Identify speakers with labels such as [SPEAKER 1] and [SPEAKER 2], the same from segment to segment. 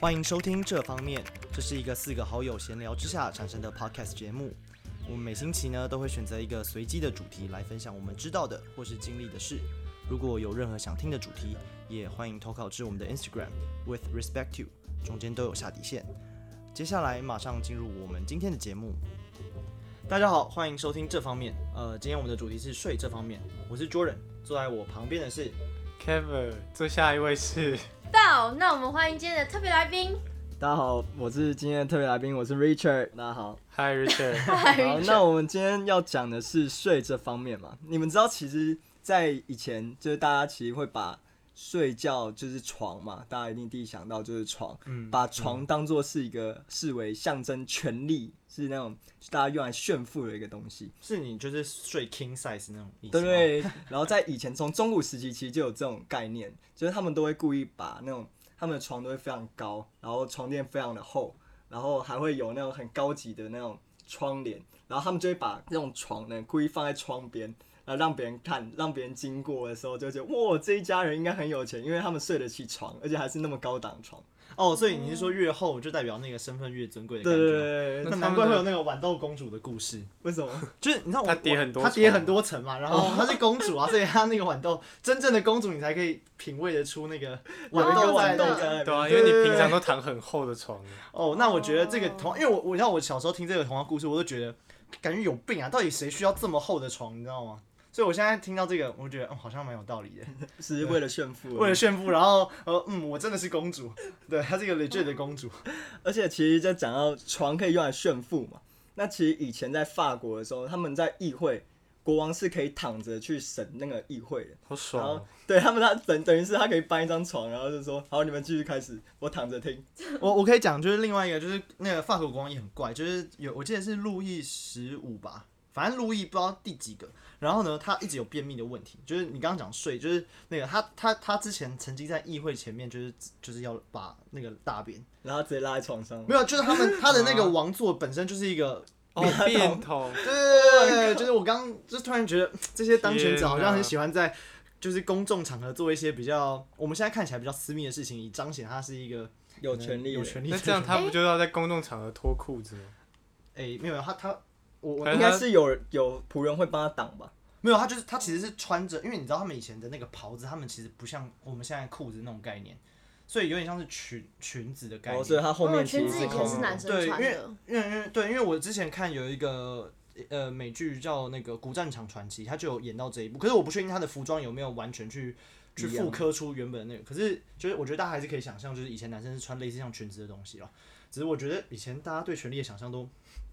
[SPEAKER 1] 欢迎收听这方面，这是一个四个好友闲聊之下产生的 podcast 节目。我们每星期呢都会选择一个随机的主题来分享我们知道的或是经历的事。如果有任何想听的主题，也欢迎投稿至我们的 Instagram with respect to，中间都有下底线。接下来马上进入我们今天的节目。大家好，欢迎收听这方面。呃，今天我们的主题是睡这方面，我是 Jordan，坐在我旁边的是
[SPEAKER 2] Kevin，最下一位是
[SPEAKER 3] 到，那我们欢迎今天的特别来 宾。
[SPEAKER 4] 大家好，我是今天的特别来宾，我是 Richard。大家好，
[SPEAKER 2] Hi Richard，
[SPEAKER 3] 哎
[SPEAKER 4] 好，那我们今天要讲的是睡这方面嘛。你们知道，其实，在以前，就是大家其实会把睡觉就是床嘛，大家一定第一想到就是床，
[SPEAKER 2] 嗯
[SPEAKER 1] 嗯
[SPEAKER 4] 把床当做是一个视为象征权力，是那种大家用来炫富的一个东西，
[SPEAKER 1] 是你就是睡 king size 那种意思
[SPEAKER 4] 对
[SPEAKER 1] 吗
[SPEAKER 4] 不？对？然后在以前，从中古时期其实就有这种概念， 就是他们都会故意把那种他们的床都会非常高，然后床垫非常的厚，然后还会有那种很高级的那种窗帘，然后他们就会把那种床呢故意放在窗边，然后让别人看，让别人经过的时候就觉得哇，这一家人应该很有钱，因为他们睡得起床，而且还是那么高档床。
[SPEAKER 1] 哦，所以你是说越厚就代表那个身份越尊贵的
[SPEAKER 4] 对
[SPEAKER 1] 感
[SPEAKER 4] 对
[SPEAKER 1] 觉？
[SPEAKER 4] 对对
[SPEAKER 1] 那
[SPEAKER 4] 对，
[SPEAKER 1] 难怪会有那个豌豆公主的故事，
[SPEAKER 4] 为什么？
[SPEAKER 1] 就是你知道我
[SPEAKER 2] 她叠很多
[SPEAKER 1] 她
[SPEAKER 2] 层
[SPEAKER 1] 叠很多层嘛，然后她是公主啊，所以她那个豌豆，真正的公主你才可以品味得出那个哦
[SPEAKER 4] 有
[SPEAKER 1] 豌豆在
[SPEAKER 4] 一 个豌豆
[SPEAKER 1] 那个。
[SPEAKER 4] 在那
[SPEAKER 2] 对啊，
[SPEAKER 4] 边
[SPEAKER 2] 因为你平常都躺很厚的床，
[SPEAKER 1] 哦，那我觉得这个童，因为我我知道我小时候听这个童话故事，我都觉得感觉有病啊，到底谁需要这么厚的床，你知道吗？所以我现在听到这个，我觉得嗯，好像蛮有道理的。
[SPEAKER 4] 是为了炫富而已，
[SPEAKER 1] 为了炫富，然后呃嗯，我真的是公主，对，她是一个 legit 的公主。
[SPEAKER 4] 而且其实就讲到床可以用来炫富嘛，那其实以前在法国的时候，他们在议会，国王是可以躺着去审那个议会的。
[SPEAKER 2] 好
[SPEAKER 4] 然
[SPEAKER 2] 爽
[SPEAKER 4] 后
[SPEAKER 2] 哦。
[SPEAKER 4] 对他们他，等等于是他可以搬一张床，然后就说：“好，你们继续开始，我躺着听。
[SPEAKER 1] 我我可以讲，就是另外一个，就是那个法国国王也很怪，就是有我记得是路易十五吧，反正路易不知道第几个。然后呢，他一直有便秘的问题，就是你刚刚讲睡，就是那个他他他之前曾经在议会前面，就是就是要把那个大便，”
[SPEAKER 4] 然后直接拉在床上。
[SPEAKER 1] 没有，就是他们他的那个王座本身就是一个，
[SPEAKER 2] 哦，变头，
[SPEAKER 1] 对对对对，就是我刚就是突然觉得这些当权者好像很喜欢在就是公众场合做一些比较我们现在看起来比较私密的事情，以彰显他是一个
[SPEAKER 4] 有权利的
[SPEAKER 1] 有权利的
[SPEAKER 2] 那
[SPEAKER 1] 人。
[SPEAKER 2] 这样他不就要在公众场合脱裤子吗？
[SPEAKER 1] 哎、没有他他我我
[SPEAKER 2] 还
[SPEAKER 4] 应
[SPEAKER 2] 是
[SPEAKER 4] 该
[SPEAKER 2] 他
[SPEAKER 4] 是有有仆人会帮他挡吧？
[SPEAKER 1] 没有，他就是他其实是穿着，因为你知道他们以前的那个袍子，他们其实不像我们现在裤子那种概念，所以有点像是裙裙子的概
[SPEAKER 4] 然
[SPEAKER 1] 念。
[SPEAKER 4] 哦后所以他后面其
[SPEAKER 3] 裙
[SPEAKER 4] 实
[SPEAKER 3] 子以
[SPEAKER 4] 空
[SPEAKER 3] 前是男
[SPEAKER 4] 哦的。
[SPEAKER 3] 生
[SPEAKER 1] 对，因
[SPEAKER 3] 穿
[SPEAKER 1] 为
[SPEAKER 3] 的，
[SPEAKER 1] 因为因为对，因为我之前看有一个呃美剧叫那个《古战场传奇》，他就有演到这一步，可是我不确定他的服装有没有完全去去
[SPEAKER 4] 一样
[SPEAKER 1] 复刻出原本的那个，可是就是我觉得大家还是可以想象，就是以前男生是穿类似像裙子的东西哦，只是我觉得以前大家对权力的想象都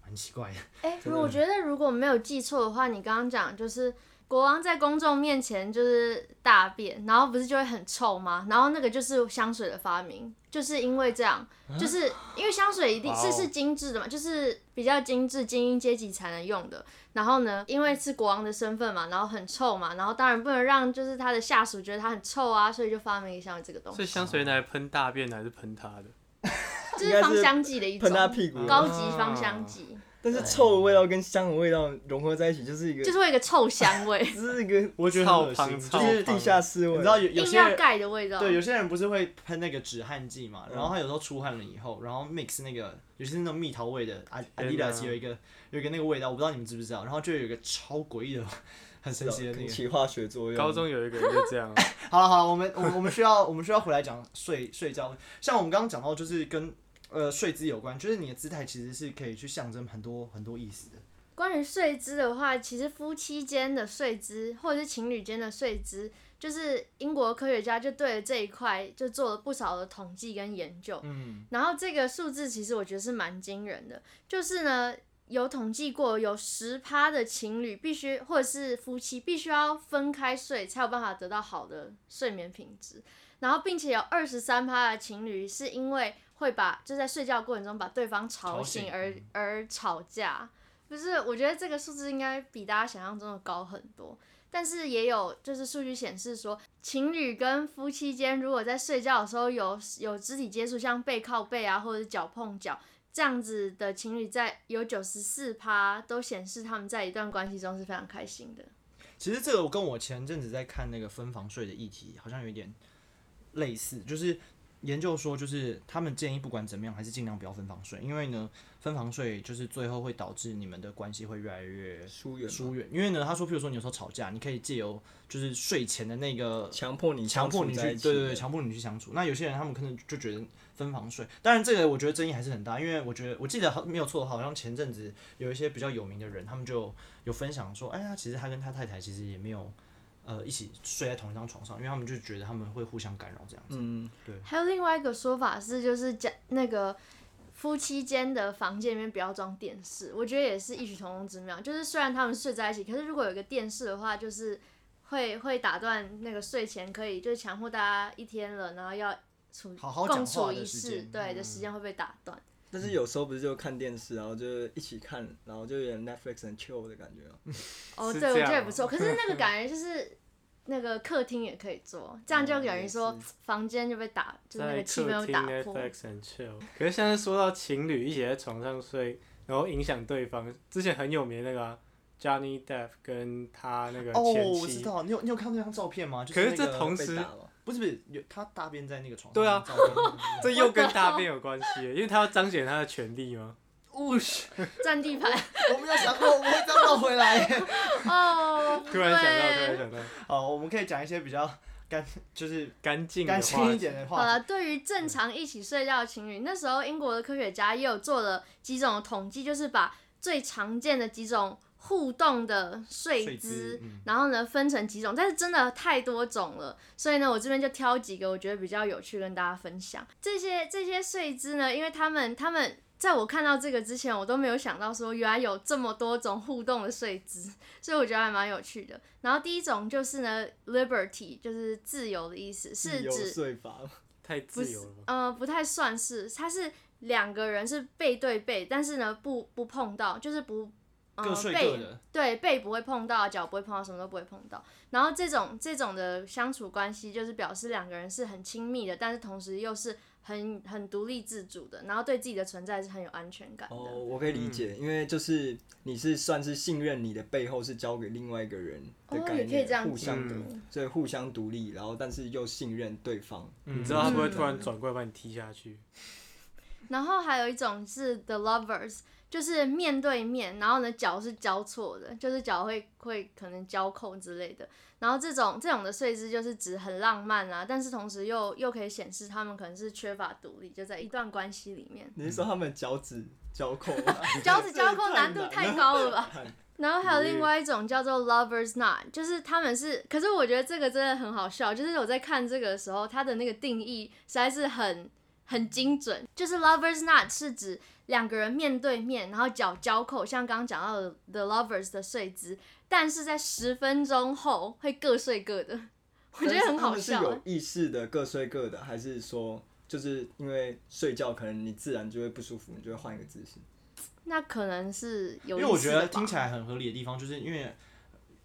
[SPEAKER 1] 蛮奇怪的。
[SPEAKER 3] 哎、如我觉得如果没有记错的话，你刚刚讲就是国王在公众面前就是大便，然后不是就会很臭吗？然后那个就是香水的发明，就是因为这样，
[SPEAKER 1] 啊
[SPEAKER 3] 就是因为香水一定
[SPEAKER 2] 哇
[SPEAKER 3] 是
[SPEAKER 2] 哦
[SPEAKER 3] 是精致的嘛，就是比较精致精英阶级才能用的。然后呢，因为是国王的身份嘛，然后很臭嘛，然后当然不能让就是他的下属觉得他很臭啊，所以就发明像这个东
[SPEAKER 2] 所
[SPEAKER 3] 西，
[SPEAKER 2] 以香水拿来喷大便的还是喷他的？
[SPEAKER 3] 就
[SPEAKER 4] 应
[SPEAKER 3] 是
[SPEAKER 4] 该
[SPEAKER 3] 芳
[SPEAKER 4] 是
[SPEAKER 3] 香剂的一种
[SPEAKER 4] 喷，他屁股，
[SPEAKER 3] 高级芳香剂。
[SPEAKER 4] 但是臭的味道跟香的味道融合在一起，就是一个，
[SPEAKER 3] 就
[SPEAKER 4] 就是，
[SPEAKER 3] 会有一个臭香味
[SPEAKER 4] 是一个，
[SPEAKER 1] 我觉得很恶心，就
[SPEAKER 2] 草旁
[SPEAKER 1] 是
[SPEAKER 4] 就是地下室味。
[SPEAKER 1] 你知道有有
[SPEAKER 3] 硬
[SPEAKER 1] 些人
[SPEAKER 3] 要盖的味道。
[SPEAKER 1] 对，有些人不是会喷那个止汗剂嘛，
[SPEAKER 4] 嗯
[SPEAKER 1] 然后他有时候出汗了以后，然后 mix 那个，尤其是那种蜜桃味的阿阿迪
[SPEAKER 2] 天
[SPEAKER 1] 达斯
[SPEAKER 2] 哪
[SPEAKER 1] 有一个有一个那个味道，我不知道你们知不知道，然后就有一个超诡异的、 很神奇的那个。
[SPEAKER 4] 起化学作用。
[SPEAKER 2] 高中有一个人就这样，
[SPEAKER 1] 好了好了，我们我们我们需要我们需要回来讲睡睡觉，像我们刚刚讲到就是跟呃睡姿有关，就是你的姿态其实是可以去象征很多很多意思的。
[SPEAKER 3] 关于睡姿的话，其实夫妻间的睡姿或者是情侣间的睡姿，就是英国科学家就对了这一块就做了不少的统计跟研究。
[SPEAKER 1] 嗯，
[SPEAKER 3] 然后这个数字其实我觉得是蛮惊人的，就是呢有统计过有十趴的情侣必须或者是夫妻必须要分开睡才有办法得到好的睡眠品质，然后并且有二十三趴的情侣是因为会把就在睡觉过程中把对方吵
[SPEAKER 1] 吵醒
[SPEAKER 3] 醒而而吵架，不是我觉得这个数字应该比大家想象中的高很多。但是也有就是数据显示说，情侣跟夫妻间如果在睡觉的时候有有肢体接触，像背靠背啊，或者是脚碰脚这样子的情侣在，有九十四趴都显示他们在一段关系中是非常开心的。
[SPEAKER 1] 其实这个我跟我前阵子在看那个分房睡的议题，好像有一点类似，就是研究说，就是他们建议不管怎么样，还是尽量不要分房睡，因为呢，分房睡就是最后会导致你们的关系会越来越
[SPEAKER 4] 疏远吗
[SPEAKER 1] 疏远。因为呢，他说，譬如说你有时候吵架，你可以借由就是睡前的那个
[SPEAKER 4] 强迫你
[SPEAKER 1] 强迫你去，
[SPEAKER 4] 相处在
[SPEAKER 1] 对
[SPEAKER 4] 一起
[SPEAKER 1] 对对，强迫你去相处。那有些人他们可能就觉得分房睡，当然这个我觉得争议还是很大，因为我觉得我记得好没有错，好像前阵子有一些比较有名的人，他们就有分享说，哎呀，其实他跟他太太其实也没有呃一起睡在同一张床上，因为他们就觉得他们会互相干扰这样子。
[SPEAKER 4] 嗯，
[SPEAKER 3] 还有另外一个说法是，就是讲那个夫妻间的房间里面不要装电视，我觉得也是异曲同工之妙。就是虽然他们睡在一起，可是如果有一个电视的话，就是会会打断那个睡前可以，就是强迫大家一天了，然后要处
[SPEAKER 1] 好好
[SPEAKER 3] 共
[SPEAKER 1] 讲
[SPEAKER 3] 处
[SPEAKER 1] 话
[SPEAKER 3] 一
[SPEAKER 1] 的时
[SPEAKER 3] 室，
[SPEAKER 1] 间，嗯
[SPEAKER 3] 对的时间会被打断。
[SPEAKER 4] 但是有时候不是就看电视，然后就一起看，然后就有点 Netflix 很 chill 的感觉哦。
[SPEAKER 3] 哦，
[SPEAKER 2] 是
[SPEAKER 3] 对，我
[SPEAKER 2] 这
[SPEAKER 3] 觉得也
[SPEAKER 2] 样
[SPEAKER 3] 不
[SPEAKER 2] 哦
[SPEAKER 3] 错。可是那个感觉就是。那个客厅也可以做，这样就
[SPEAKER 4] 哦
[SPEAKER 3] 感觉
[SPEAKER 4] 也
[SPEAKER 3] 说
[SPEAKER 4] 是
[SPEAKER 3] 房间就被打，就是那
[SPEAKER 2] 在
[SPEAKER 3] 个气
[SPEAKER 2] 客
[SPEAKER 3] 氛被
[SPEAKER 2] 厅
[SPEAKER 3] 打破。
[SPEAKER 2] Netflix and chill。可是现在说到情侣一起在床上睡，然后影响对方，之前很有名的那个啊、Johnny Depp 跟他那个
[SPEAKER 1] 哦，
[SPEAKER 2] 前
[SPEAKER 1] 我知
[SPEAKER 2] 妻，
[SPEAKER 1] 道，你有你有看到那张照片吗？就
[SPEAKER 2] 可是
[SPEAKER 1] 那
[SPEAKER 2] 这
[SPEAKER 1] 个
[SPEAKER 2] 同
[SPEAKER 4] 被
[SPEAKER 2] 时
[SPEAKER 4] 打了，
[SPEAKER 1] 不是不是有他大便在那个床上，
[SPEAKER 2] 对啊
[SPEAKER 1] 照片，
[SPEAKER 2] 这又跟大便有关系耶，因为他要彰显他的权利嘛。
[SPEAKER 3] 占地 盘
[SPEAKER 1] 我没有想过我会这样绕回来耶。
[SPEAKER 3] 哦，
[SPEAKER 2] 突然想到，突然
[SPEAKER 3] 对
[SPEAKER 2] 想到，
[SPEAKER 1] 好，我们可以讲一些比较干，就是
[SPEAKER 2] 干净的
[SPEAKER 1] 干净
[SPEAKER 2] 话
[SPEAKER 1] 一
[SPEAKER 2] 题
[SPEAKER 1] 点的
[SPEAKER 3] 好嗯
[SPEAKER 1] 话
[SPEAKER 3] 了，
[SPEAKER 1] 题。
[SPEAKER 3] 对于正常一起睡觉的情侣，那时候英国的科学家也有做了几种统计，就是把最常见的几种互动的睡
[SPEAKER 1] 睡
[SPEAKER 3] 姿，
[SPEAKER 1] 姿嗯
[SPEAKER 3] 然后呢分成几种，但是真的太多种了，所以呢我这边就挑几个我觉得比较有趣跟大家分享。这些这些睡姿呢，因为他们他们。在我看到这个之前，我都没有想到说原来有这么多种互动的睡姿， 所以我觉得还蛮有趣的。然后第一种就是呢，liberty 就是自由的意思，是
[SPEAKER 4] 有
[SPEAKER 3] 指
[SPEAKER 4] 睡法吗，
[SPEAKER 2] 太
[SPEAKER 3] 不
[SPEAKER 2] 自
[SPEAKER 3] 是
[SPEAKER 2] 由了吧？
[SPEAKER 3] 呃，不太算是，它是两个人是背对背，但是呢不不碰到，就是不。呃
[SPEAKER 1] 各睡
[SPEAKER 3] 背
[SPEAKER 1] 各的，
[SPEAKER 3] 对背不会碰到，脚不会碰到，什么都不会碰到。然后这种这种的相处关系，就是表示两个人是很亲密的，但是同时又是很很独立自主的，然后对自己的存在是很有安全感的。
[SPEAKER 4] 哦，我可以理解，因为就是你是算是信任你的背后是交给另外一个人的
[SPEAKER 3] 哦
[SPEAKER 4] 概念，
[SPEAKER 3] 也可以这样
[SPEAKER 4] 互
[SPEAKER 2] 讲
[SPEAKER 4] 相独，所以互相独立，然后但是又信任对方。，
[SPEAKER 1] 嗯
[SPEAKER 2] 你知道他不会突然转过来把你踢下去，
[SPEAKER 3] 然后还有一种是 the lovers，就是面对面，然后呢脚是交错的，就是脚会会可能交扣之类的。然后这种这种的睡姿就是指很浪漫啊，但是同时又又可以显示他们可能是缺乏独立，就在一段关系里面
[SPEAKER 4] 你是说他们脚趾交扣吗？
[SPEAKER 3] 脚趾交扣
[SPEAKER 4] 这也
[SPEAKER 3] 难度太高了吧？
[SPEAKER 4] 难了？
[SPEAKER 3] 然后还有另外一种叫做 lovers knot，就是他们是，可是我觉得这个真的很好笑，就是我在看这个的时候，它的那个定义实在是很很精准，就是 lovers knot 是指两个人面对面，然后脚交扣，像刚刚讲到的 the lovers 的睡姿，但是在十分钟后会各睡各的， 我觉得很好
[SPEAKER 4] 但是他
[SPEAKER 3] 笑
[SPEAKER 4] 们。是有意识的各睡各的，还是说就是因为睡觉可能你自然就会不舒服，你就会换一个姿势？
[SPEAKER 3] 那可能是
[SPEAKER 1] 因
[SPEAKER 3] 有意
[SPEAKER 1] 为
[SPEAKER 3] 思
[SPEAKER 1] 我觉
[SPEAKER 3] 的
[SPEAKER 1] 得
[SPEAKER 3] 吧
[SPEAKER 1] 听起来很合理的地方，就是因为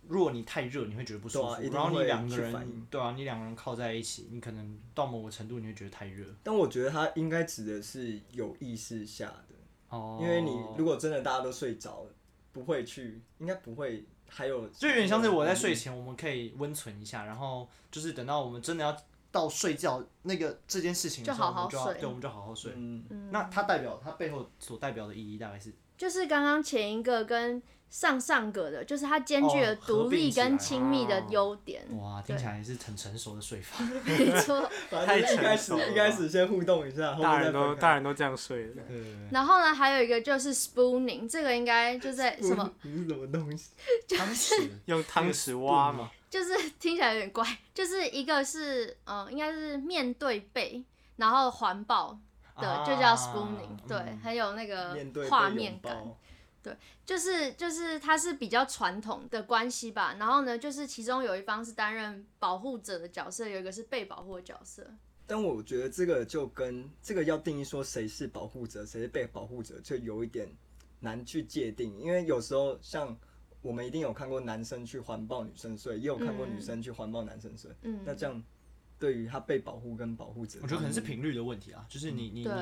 [SPEAKER 1] 如果你太热，你会觉得不舒
[SPEAKER 4] 对啊一
[SPEAKER 1] 服，
[SPEAKER 4] 定
[SPEAKER 1] 然后你
[SPEAKER 4] 会
[SPEAKER 1] 两个
[SPEAKER 4] 去反
[SPEAKER 1] 人
[SPEAKER 4] 应，
[SPEAKER 1] 对啊，你两个人靠在一起，你可能到某个程度你会觉得太热。
[SPEAKER 4] 但我觉得他应该指的是有意识下的，
[SPEAKER 1] 哦
[SPEAKER 4] 因为你如果真的大家都睡着了，不会去，应该不会还有，
[SPEAKER 1] 就有点像是我在
[SPEAKER 4] 嗯
[SPEAKER 1] 睡前，我们可以温存一下，然后就是等到我们真的要到睡觉那个这件事情的
[SPEAKER 3] 就
[SPEAKER 1] 时候，
[SPEAKER 3] 好好
[SPEAKER 1] 我们就要
[SPEAKER 3] 睡
[SPEAKER 1] 对，我们就好好睡。
[SPEAKER 4] 嗯，
[SPEAKER 1] 那它代表它背后所代表的意义大概是
[SPEAKER 3] 就是刚刚前一个跟上上个的，就是它兼具了
[SPEAKER 1] 哦合
[SPEAKER 3] 独
[SPEAKER 1] 并
[SPEAKER 3] 立
[SPEAKER 1] 起来
[SPEAKER 3] 跟亲密的
[SPEAKER 2] 哦
[SPEAKER 3] 优点。
[SPEAKER 1] 哇，听起来是很成熟的睡法。
[SPEAKER 3] 没错。
[SPEAKER 4] 反正就是一开
[SPEAKER 2] 太成
[SPEAKER 4] 始
[SPEAKER 2] 熟了吧
[SPEAKER 4] 一开始先互动一下，后
[SPEAKER 2] 大
[SPEAKER 4] 面
[SPEAKER 2] 人
[SPEAKER 4] 再
[SPEAKER 2] 都
[SPEAKER 4] 分
[SPEAKER 2] 大
[SPEAKER 4] 开。
[SPEAKER 2] 人都这样睡的。
[SPEAKER 1] 对，
[SPEAKER 3] 然后呢，还有一个就是 spooning，这个应该就在什么，
[SPEAKER 4] 你是什么东西？
[SPEAKER 1] 当 时
[SPEAKER 2] 用汤匙挖嘛，
[SPEAKER 3] 就是 听起来有点怪，就是一个是嗯、呃应该是面对背，然后环抱的，就
[SPEAKER 1] 啊
[SPEAKER 3] 叫 spooning，、对，很有那个
[SPEAKER 4] 面对被
[SPEAKER 3] 呃画
[SPEAKER 4] 拥
[SPEAKER 3] 面
[SPEAKER 4] 抱
[SPEAKER 3] 感。就是就是它是比较传统的关系吧，然后呢，就是其中有一方是担任保护者的角色，有一个是被保护的角色。
[SPEAKER 4] 但我觉得这个就跟这个要定义说谁是保护者，谁是被保护者，就有一点难去界定，因为有时候像我们一定有看过男生去环抱女生睡，也有看过
[SPEAKER 3] 嗯
[SPEAKER 4] 女生去环抱男生睡。
[SPEAKER 3] 嗯，
[SPEAKER 4] 那这样对于他被保护跟保护者，嗯
[SPEAKER 1] 我觉得可能是频率的问题啊，就是你你
[SPEAKER 3] 对，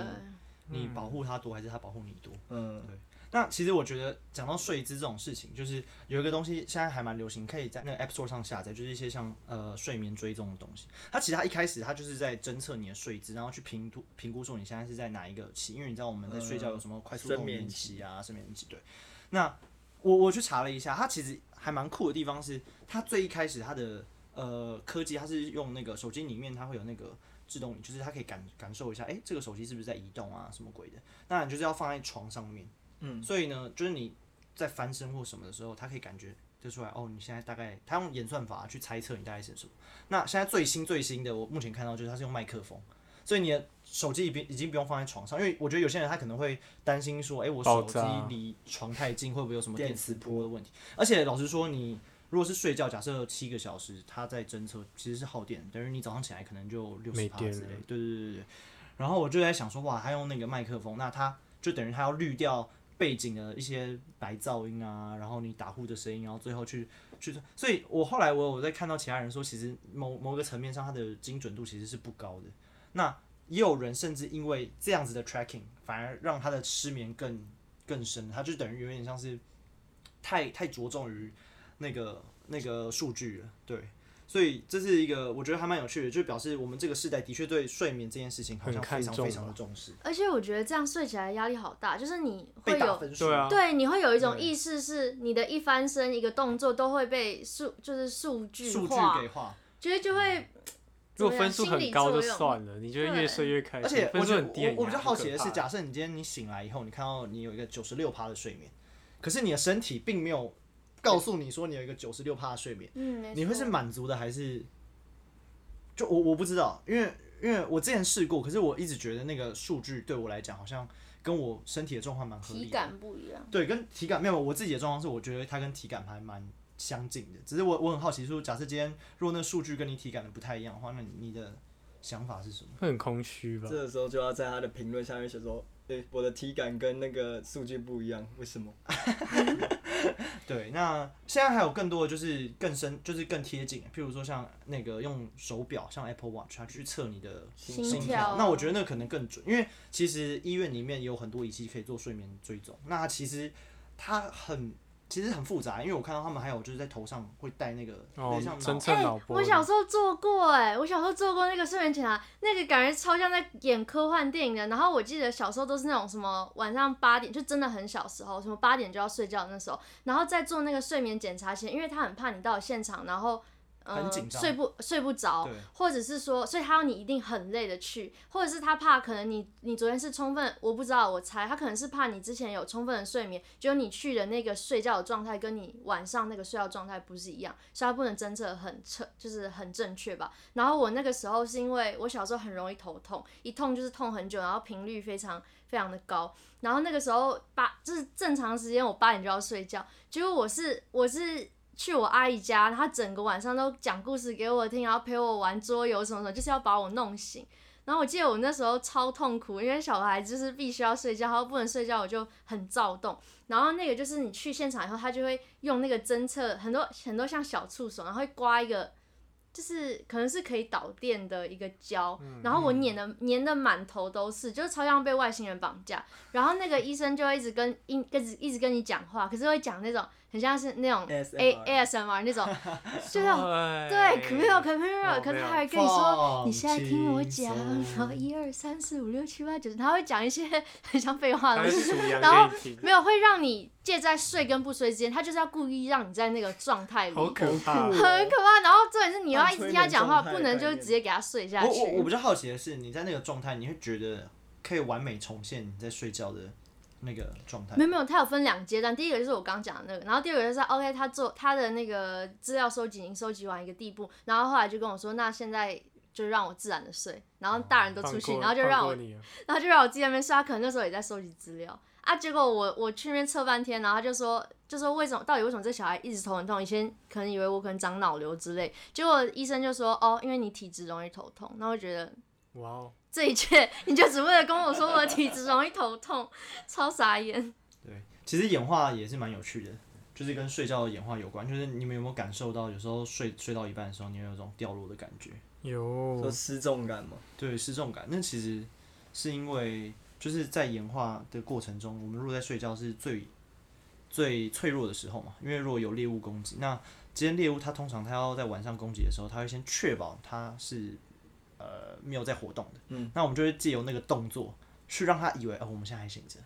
[SPEAKER 1] 你你保护他多还是他保护你多？
[SPEAKER 4] 嗯
[SPEAKER 1] 对，那其实我觉得讲到睡姿这种事情，就是有一个东西现在还蛮流行，可以在那个 App Store 上下载，就是一些像呃睡眠追踪的东西。它其实它一开始它就是在侦测你的睡姿，然后去评估评估说你现在是在哪一个期，因为你知道我们在睡觉有什么快速
[SPEAKER 4] 呃睡
[SPEAKER 1] 动
[SPEAKER 4] 眠
[SPEAKER 1] 眼期啊、睡眠期对。那我我去查了一下，它其实还蛮酷的地方是，它最一开始它的呃科技，它是用那个手机里面它会有那个自动，就是它可以感感受一下，哎、这个手机是不是在移动啊，什么鬼的？那你就是要放在床上面，嗯，所以呢，就是你在翻身或什么的时候，它可以感觉得出来，哦，你现在大概它用演算法去猜测你大概是什么。那现在最新最新的，我目前看到就是它是用麦克风。所以你的手机已经已经不用放在床上，因为我觉得有些人他可能会担心说，哎、我手
[SPEAKER 2] 爆
[SPEAKER 1] 机
[SPEAKER 2] 炸
[SPEAKER 1] 离床太近会不会有什么
[SPEAKER 4] 电
[SPEAKER 1] 电磁波的问题？而且老实说，你如果是睡觉，假设七个小时，它在侦测其实是耗电，等于你早上起来可能就六十
[SPEAKER 2] 没
[SPEAKER 1] 帕
[SPEAKER 2] 电
[SPEAKER 1] 之类
[SPEAKER 2] 了。
[SPEAKER 1] 对对对对。然后我就在想说，哇，他用那个麦克风，那他就等于他要滤掉背景的一些白噪音啊，然后你打呼的声音，然后最后去去。所以我后来我我在看到其他人说，其实某某个层面上，它的精准度其实是不高的。那也有人甚至因为这样子的 tracking，反而让他的失眠更更深，他就等于有点像是太太着重于那个那个数据了，对。所以这是一个我觉得还蛮有趣的，就表示我们这个时代的确对睡眠这件事情好像
[SPEAKER 2] 很看
[SPEAKER 1] 非常
[SPEAKER 2] 重啊
[SPEAKER 1] 非常的重视，
[SPEAKER 3] 而且我觉得这样睡起来压力好大，就是你
[SPEAKER 1] 被
[SPEAKER 3] 会
[SPEAKER 1] 打
[SPEAKER 3] 有
[SPEAKER 1] 分嗯数，
[SPEAKER 2] 对啊
[SPEAKER 3] 对，你会有一种
[SPEAKER 1] 对
[SPEAKER 3] 意识，是你的一翻身、一个动作都会被数，就是数据
[SPEAKER 1] 数据
[SPEAKER 3] 化，
[SPEAKER 1] 给化。
[SPEAKER 3] 觉得就会
[SPEAKER 2] 如果分数
[SPEAKER 3] 怎么
[SPEAKER 2] 很
[SPEAKER 3] 样
[SPEAKER 2] 高就
[SPEAKER 3] 啊心理作用
[SPEAKER 2] 算了，你就会越睡越开
[SPEAKER 1] 而
[SPEAKER 2] 心。
[SPEAKER 1] 且
[SPEAKER 2] 啊分
[SPEAKER 1] 我
[SPEAKER 2] 数
[SPEAKER 1] 觉得
[SPEAKER 2] 很低很压，
[SPEAKER 1] 我我比较好奇的
[SPEAKER 2] 很
[SPEAKER 1] 是，
[SPEAKER 2] 可怕
[SPEAKER 1] 假设你今天你醒来以后，你看到你有一个九十六趴的睡眠，可是你的身体并没有告诉你说你有一个九十六趴的睡眠，
[SPEAKER 3] 嗯，没
[SPEAKER 1] 你会
[SPEAKER 3] 错
[SPEAKER 1] 是满足的还是？就我我不知道，因为因为我之前试过，可是我一直觉得那个数据对我来讲好像跟我身体的状况蛮合理
[SPEAKER 3] 体
[SPEAKER 1] 的。
[SPEAKER 3] 感啊不 一样。
[SPEAKER 1] 对，跟体感没有我自己的状况是，我觉得它跟体感还蛮相近的。只是我我很好奇，说假设今天如果那数据跟你体感的不太一样的话，那你你的想法是什么？
[SPEAKER 2] 会很空虚吧
[SPEAKER 4] 这？个时候就要在他的评论下面写说，诶、我的体感跟那个数据不一样，为什么？
[SPEAKER 1] 对，那现在还有更多的就是更深，就是更贴近，譬如说像那个用手表，像 Apple Watch，它去测你的
[SPEAKER 3] 心
[SPEAKER 1] 心
[SPEAKER 3] 跳
[SPEAKER 1] 那我觉得那可能更准，因为其实医院里面有很多仪器可以做睡眠追踪。那其实它很其实很复杂，因为我看到他们还有就是在头上会戴那个，
[SPEAKER 2] 哦
[SPEAKER 1] 类似像，脑
[SPEAKER 2] 侦测
[SPEAKER 3] 哎、
[SPEAKER 2] 脑波
[SPEAKER 3] 我
[SPEAKER 2] 的，
[SPEAKER 3] 小时候做过哎、我小时候做过那个睡眠检查，那个感觉超像在演科幻电影的。然后我记得小时候都是那种什么晚上八点，就真的很小时候，什么八点就要睡觉那时候，然后在做那个睡眠检查前，因为他很怕你到了现场，然后。呃
[SPEAKER 1] 很紧，张
[SPEAKER 3] 睡不睡不着
[SPEAKER 1] 对，
[SPEAKER 3] 或者是说，所以他要你一定很累的去，或者是他怕可能你你昨天是充分，我不知道，我猜他可能是怕你之前有充分的睡眠，结果你去的那个睡觉的状态跟你晚上那个睡觉状态不是一样，所以他不能侦测得很彻，就是很正确吧。然后我那个时候是因为我小时候很容易头痛，一痛就是痛很久，然后频率非常非常的高。然后那个时候八就是正常时间我八点就要睡觉，结果我是我是去我阿姨家，她整个晚上都讲故事给我听，然后陪我玩桌游什么什么，就是要把我弄醒。然后我记得我那时候超痛苦，因为小孩就是必须要睡觉，他又不能睡觉，我就很躁动。然后那个就是你去现场以后，他就会用那个侦测很多很多像小触手，然后会刮一个，就是可能是可以导电的一个胶，然后我粘的粘的满头都是，就是超像被外星人绑架。然后那个医生就会一直跟一一直一直跟你讲话，可是会讲那种很像是那种 A
[SPEAKER 4] ASMR
[SPEAKER 3] ASMR 那种，就是那种
[SPEAKER 2] 对
[SPEAKER 3] 对，可没有，可没有，
[SPEAKER 2] 哎哦
[SPEAKER 3] 可
[SPEAKER 2] 没
[SPEAKER 3] 他
[SPEAKER 2] 有
[SPEAKER 3] 还会跟你说，你
[SPEAKER 1] 放
[SPEAKER 3] 现在听我
[SPEAKER 1] 轻
[SPEAKER 3] 讲，
[SPEAKER 1] 松
[SPEAKER 3] 然后一二三四五六七八九，他会讲一些 很像废话的
[SPEAKER 2] 还
[SPEAKER 3] 东
[SPEAKER 2] 是
[SPEAKER 3] 西，
[SPEAKER 2] 数羊
[SPEAKER 3] 然后
[SPEAKER 2] 给你听，
[SPEAKER 3] 没有会让你介在睡跟不睡之间，他就是要故意让你在那个状态里，
[SPEAKER 2] 好
[SPEAKER 3] 很
[SPEAKER 2] 可怕
[SPEAKER 4] 酷。
[SPEAKER 3] 可怕。然后重点是你要一直听他讲话，
[SPEAKER 4] 半催眠
[SPEAKER 3] 不能
[SPEAKER 4] 状态的
[SPEAKER 3] 就
[SPEAKER 4] 概念
[SPEAKER 3] 直接给他睡下
[SPEAKER 1] 我我我比
[SPEAKER 3] 去。
[SPEAKER 1] 较好奇的是，你在那个状态，你会觉得可以完美重现你在睡觉的那个状态
[SPEAKER 3] 没。有没有，他有分两阶段，第一个就是我刚讲的那个，然后第二个就是 OK，他做他的那个资料收集已经收集完一个地步，然后后来就跟我说，那现在就让我自然的睡，然后大人都
[SPEAKER 2] 嗯放
[SPEAKER 3] 出去，
[SPEAKER 2] 过
[SPEAKER 3] 然后就让
[SPEAKER 2] 放
[SPEAKER 3] 我
[SPEAKER 2] 过你了啊
[SPEAKER 3] 然后就让我自己在那边睡，他可能那时候也在收集资料啊。结果我我去那边测半天，然后他就说就说为什么到底为什么这小孩一直头很痛？以前可能以为我可能长脑瘤之类，结果医生就说哦，因为你体质容易头痛。那我觉得
[SPEAKER 2] 哇哦，
[SPEAKER 3] 这一切 你就只为了跟我说我的体质容易头痛，超傻眼。
[SPEAKER 1] 对，其实演化也是蛮有趣的，就是跟睡觉的演化有关。就是你们有没有感受到，有时候睡睡到一半的时候，你会有一种掉落的感觉？
[SPEAKER 4] 说
[SPEAKER 2] 有
[SPEAKER 1] 哦
[SPEAKER 4] 失重感嘛，
[SPEAKER 1] 对，失重感。那其实是因为就是在演化的过程中，我们如果在睡觉是最最脆弱的时候嘛，因为如果有猎物攻击，那这些猎物它通常它要在晚上攻击的时候，它会先确保它是呃没有在活动的，嗯，那我们就会借由那个动作去让它以为哦我们现在还醒着，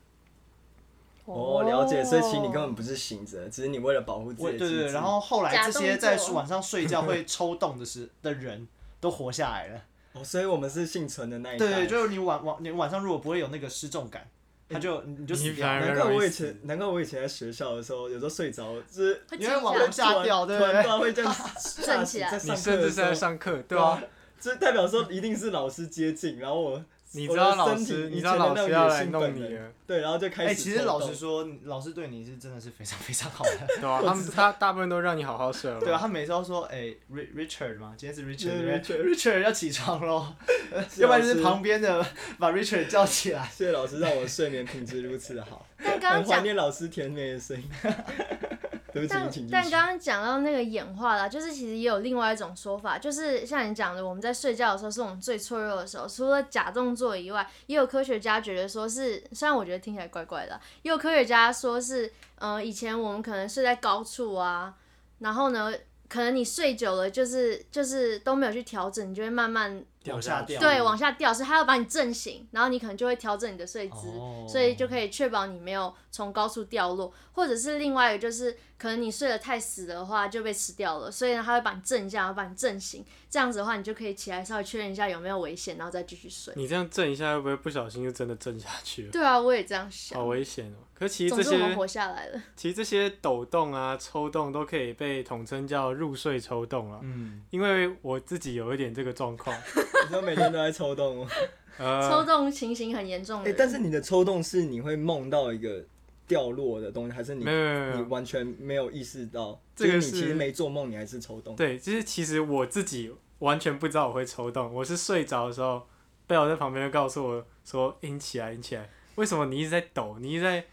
[SPEAKER 4] 哦，了解。所以其实你
[SPEAKER 1] 哦
[SPEAKER 4] 根本不是醒着，只是你为了保护自己
[SPEAKER 1] 我
[SPEAKER 4] 的
[SPEAKER 1] 对
[SPEAKER 4] 机
[SPEAKER 1] 对对，
[SPEAKER 4] 制
[SPEAKER 1] 然后后来
[SPEAKER 3] 假
[SPEAKER 1] 这些
[SPEAKER 3] 动
[SPEAKER 1] 在
[SPEAKER 3] 作
[SPEAKER 1] 晚上睡觉会抽动的时的人都活下来了，
[SPEAKER 4] 哦，所以我们是幸存的那一代。
[SPEAKER 1] 对对，就是你晚晚你晚上如果不会有那个失重感，他就你你就
[SPEAKER 2] 你
[SPEAKER 1] 死掉
[SPEAKER 2] 反
[SPEAKER 1] 了，
[SPEAKER 2] 而
[SPEAKER 4] 难怪
[SPEAKER 2] 容易
[SPEAKER 4] 我以
[SPEAKER 2] 死
[SPEAKER 4] 前，难怪我以前在学校的时候，有时候睡着就是
[SPEAKER 3] 会
[SPEAKER 1] 因为往上
[SPEAKER 3] 往
[SPEAKER 1] 吓掉，
[SPEAKER 4] 突
[SPEAKER 1] 对
[SPEAKER 4] 然
[SPEAKER 1] 不
[SPEAKER 4] 突然
[SPEAKER 1] 对？
[SPEAKER 4] 然 会这样
[SPEAKER 3] 站
[SPEAKER 4] 站
[SPEAKER 3] 起来
[SPEAKER 4] 在
[SPEAKER 2] 你
[SPEAKER 4] 上课
[SPEAKER 2] 甚至
[SPEAKER 4] 的
[SPEAKER 2] 是
[SPEAKER 4] 时
[SPEAKER 2] 在
[SPEAKER 4] 候，
[SPEAKER 2] 上课，对啊，
[SPEAKER 4] 这代表说一定是老师接近，然后我
[SPEAKER 2] 你
[SPEAKER 4] 我
[SPEAKER 2] 知
[SPEAKER 4] 的
[SPEAKER 2] 道老
[SPEAKER 4] 身体
[SPEAKER 2] 师，你
[SPEAKER 4] 以
[SPEAKER 2] 知道
[SPEAKER 4] 前的
[SPEAKER 2] 老
[SPEAKER 4] 那
[SPEAKER 2] 师
[SPEAKER 4] 种
[SPEAKER 2] 要
[SPEAKER 4] 野
[SPEAKER 2] 来
[SPEAKER 4] 性
[SPEAKER 2] 弄
[SPEAKER 4] 本
[SPEAKER 2] 你啊
[SPEAKER 4] 能
[SPEAKER 2] 了，
[SPEAKER 4] 对，然后就开
[SPEAKER 1] 哎、
[SPEAKER 4] 始抽动。
[SPEAKER 1] 其实老实说，老师对你是真的是非常非常好的。
[SPEAKER 2] 对啊，他们他大部分都让你好好睡了嘛，
[SPEAKER 1] 对啊，他每次都说，哎、r i c h a r d 嘛，今天是 Richard，
[SPEAKER 4] 对
[SPEAKER 1] 对不对 Richard 要起床喽，
[SPEAKER 4] 是
[SPEAKER 1] 要不然
[SPEAKER 4] 老
[SPEAKER 1] 就是
[SPEAKER 4] 师
[SPEAKER 1] 旁边的把 Richard 叫起来。
[SPEAKER 4] 谢谢老师让我睡眠品质如此的好，
[SPEAKER 3] 但刚刚
[SPEAKER 4] 很怀
[SPEAKER 3] 讲
[SPEAKER 4] 念老师甜美的声音。 对不起，
[SPEAKER 3] 但
[SPEAKER 4] 你请继
[SPEAKER 3] 但
[SPEAKER 4] 续。
[SPEAKER 3] 刚刚讲到那个演化啦，就是其实也有另外一种说法，就是像你讲的，我们在睡觉的时候是我们最脆弱的时候。除了假动作以外，也有科学家觉得说是，虽然我觉得听起来怪怪的啊，也有科学家说是，呃，以前我们可能睡在高处啊，然后呢，可能你睡久了就是就是都没有去调整，你就会慢慢
[SPEAKER 1] 掉下掉
[SPEAKER 3] 对往下掉，所以它要把你震醒，然后你可能就会调整你的睡姿。
[SPEAKER 1] 哦
[SPEAKER 3] 所以就可以确保你没有从高处掉落，或者是另外一个就是，可能你睡得太死的话就被吃掉了，所以呢，它会把你震一下，然后把你震醒，这样子的话你就可以起来稍微确认一下有没有危险，然后再继续睡。
[SPEAKER 2] 你这样震一下，会不会不小心就真的震下去了？
[SPEAKER 3] 对啊，我也这样想。
[SPEAKER 2] 好危险哦！可其实
[SPEAKER 3] 总
[SPEAKER 2] 这
[SPEAKER 3] 之我们
[SPEAKER 2] 些
[SPEAKER 3] 活下来了。
[SPEAKER 2] 其实这些抖动啊、抽动都可以被统称叫入睡抽动啊，
[SPEAKER 1] 嗯，
[SPEAKER 2] 因为我自己有一点这个 状况，
[SPEAKER 4] 你说每天都在抽动吗？
[SPEAKER 3] 抽
[SPEAKER 2] 呃，
[SPEAKER 3] 动情形很严重的
[SPEAKER 4] 哎，
[SPEAKER 3] 人、
[SPEAKER 4] 但是你的抽动是你会梦到一个掉落的东西，还是你
[SPEAKER 2] 没有没有没有
[SPEAKER 4] 你
[SPEAKER 2] 没有，
[SPEAKER 4] 完全没有意识到，
[SPEAKER 2] 嗯这个
[SPEAKER 4] 就是你
[SPEAKER 2] 是
[SPEAKER 4] 其实没做梦，你还是抽动。
[SPEAKER 2] 对，就是其实我自己完全不知道我会抽动，我是睡着的时候，贝尔在旁边就告诉我说：“你起来，你起来，为什么你一直在抖，你一直在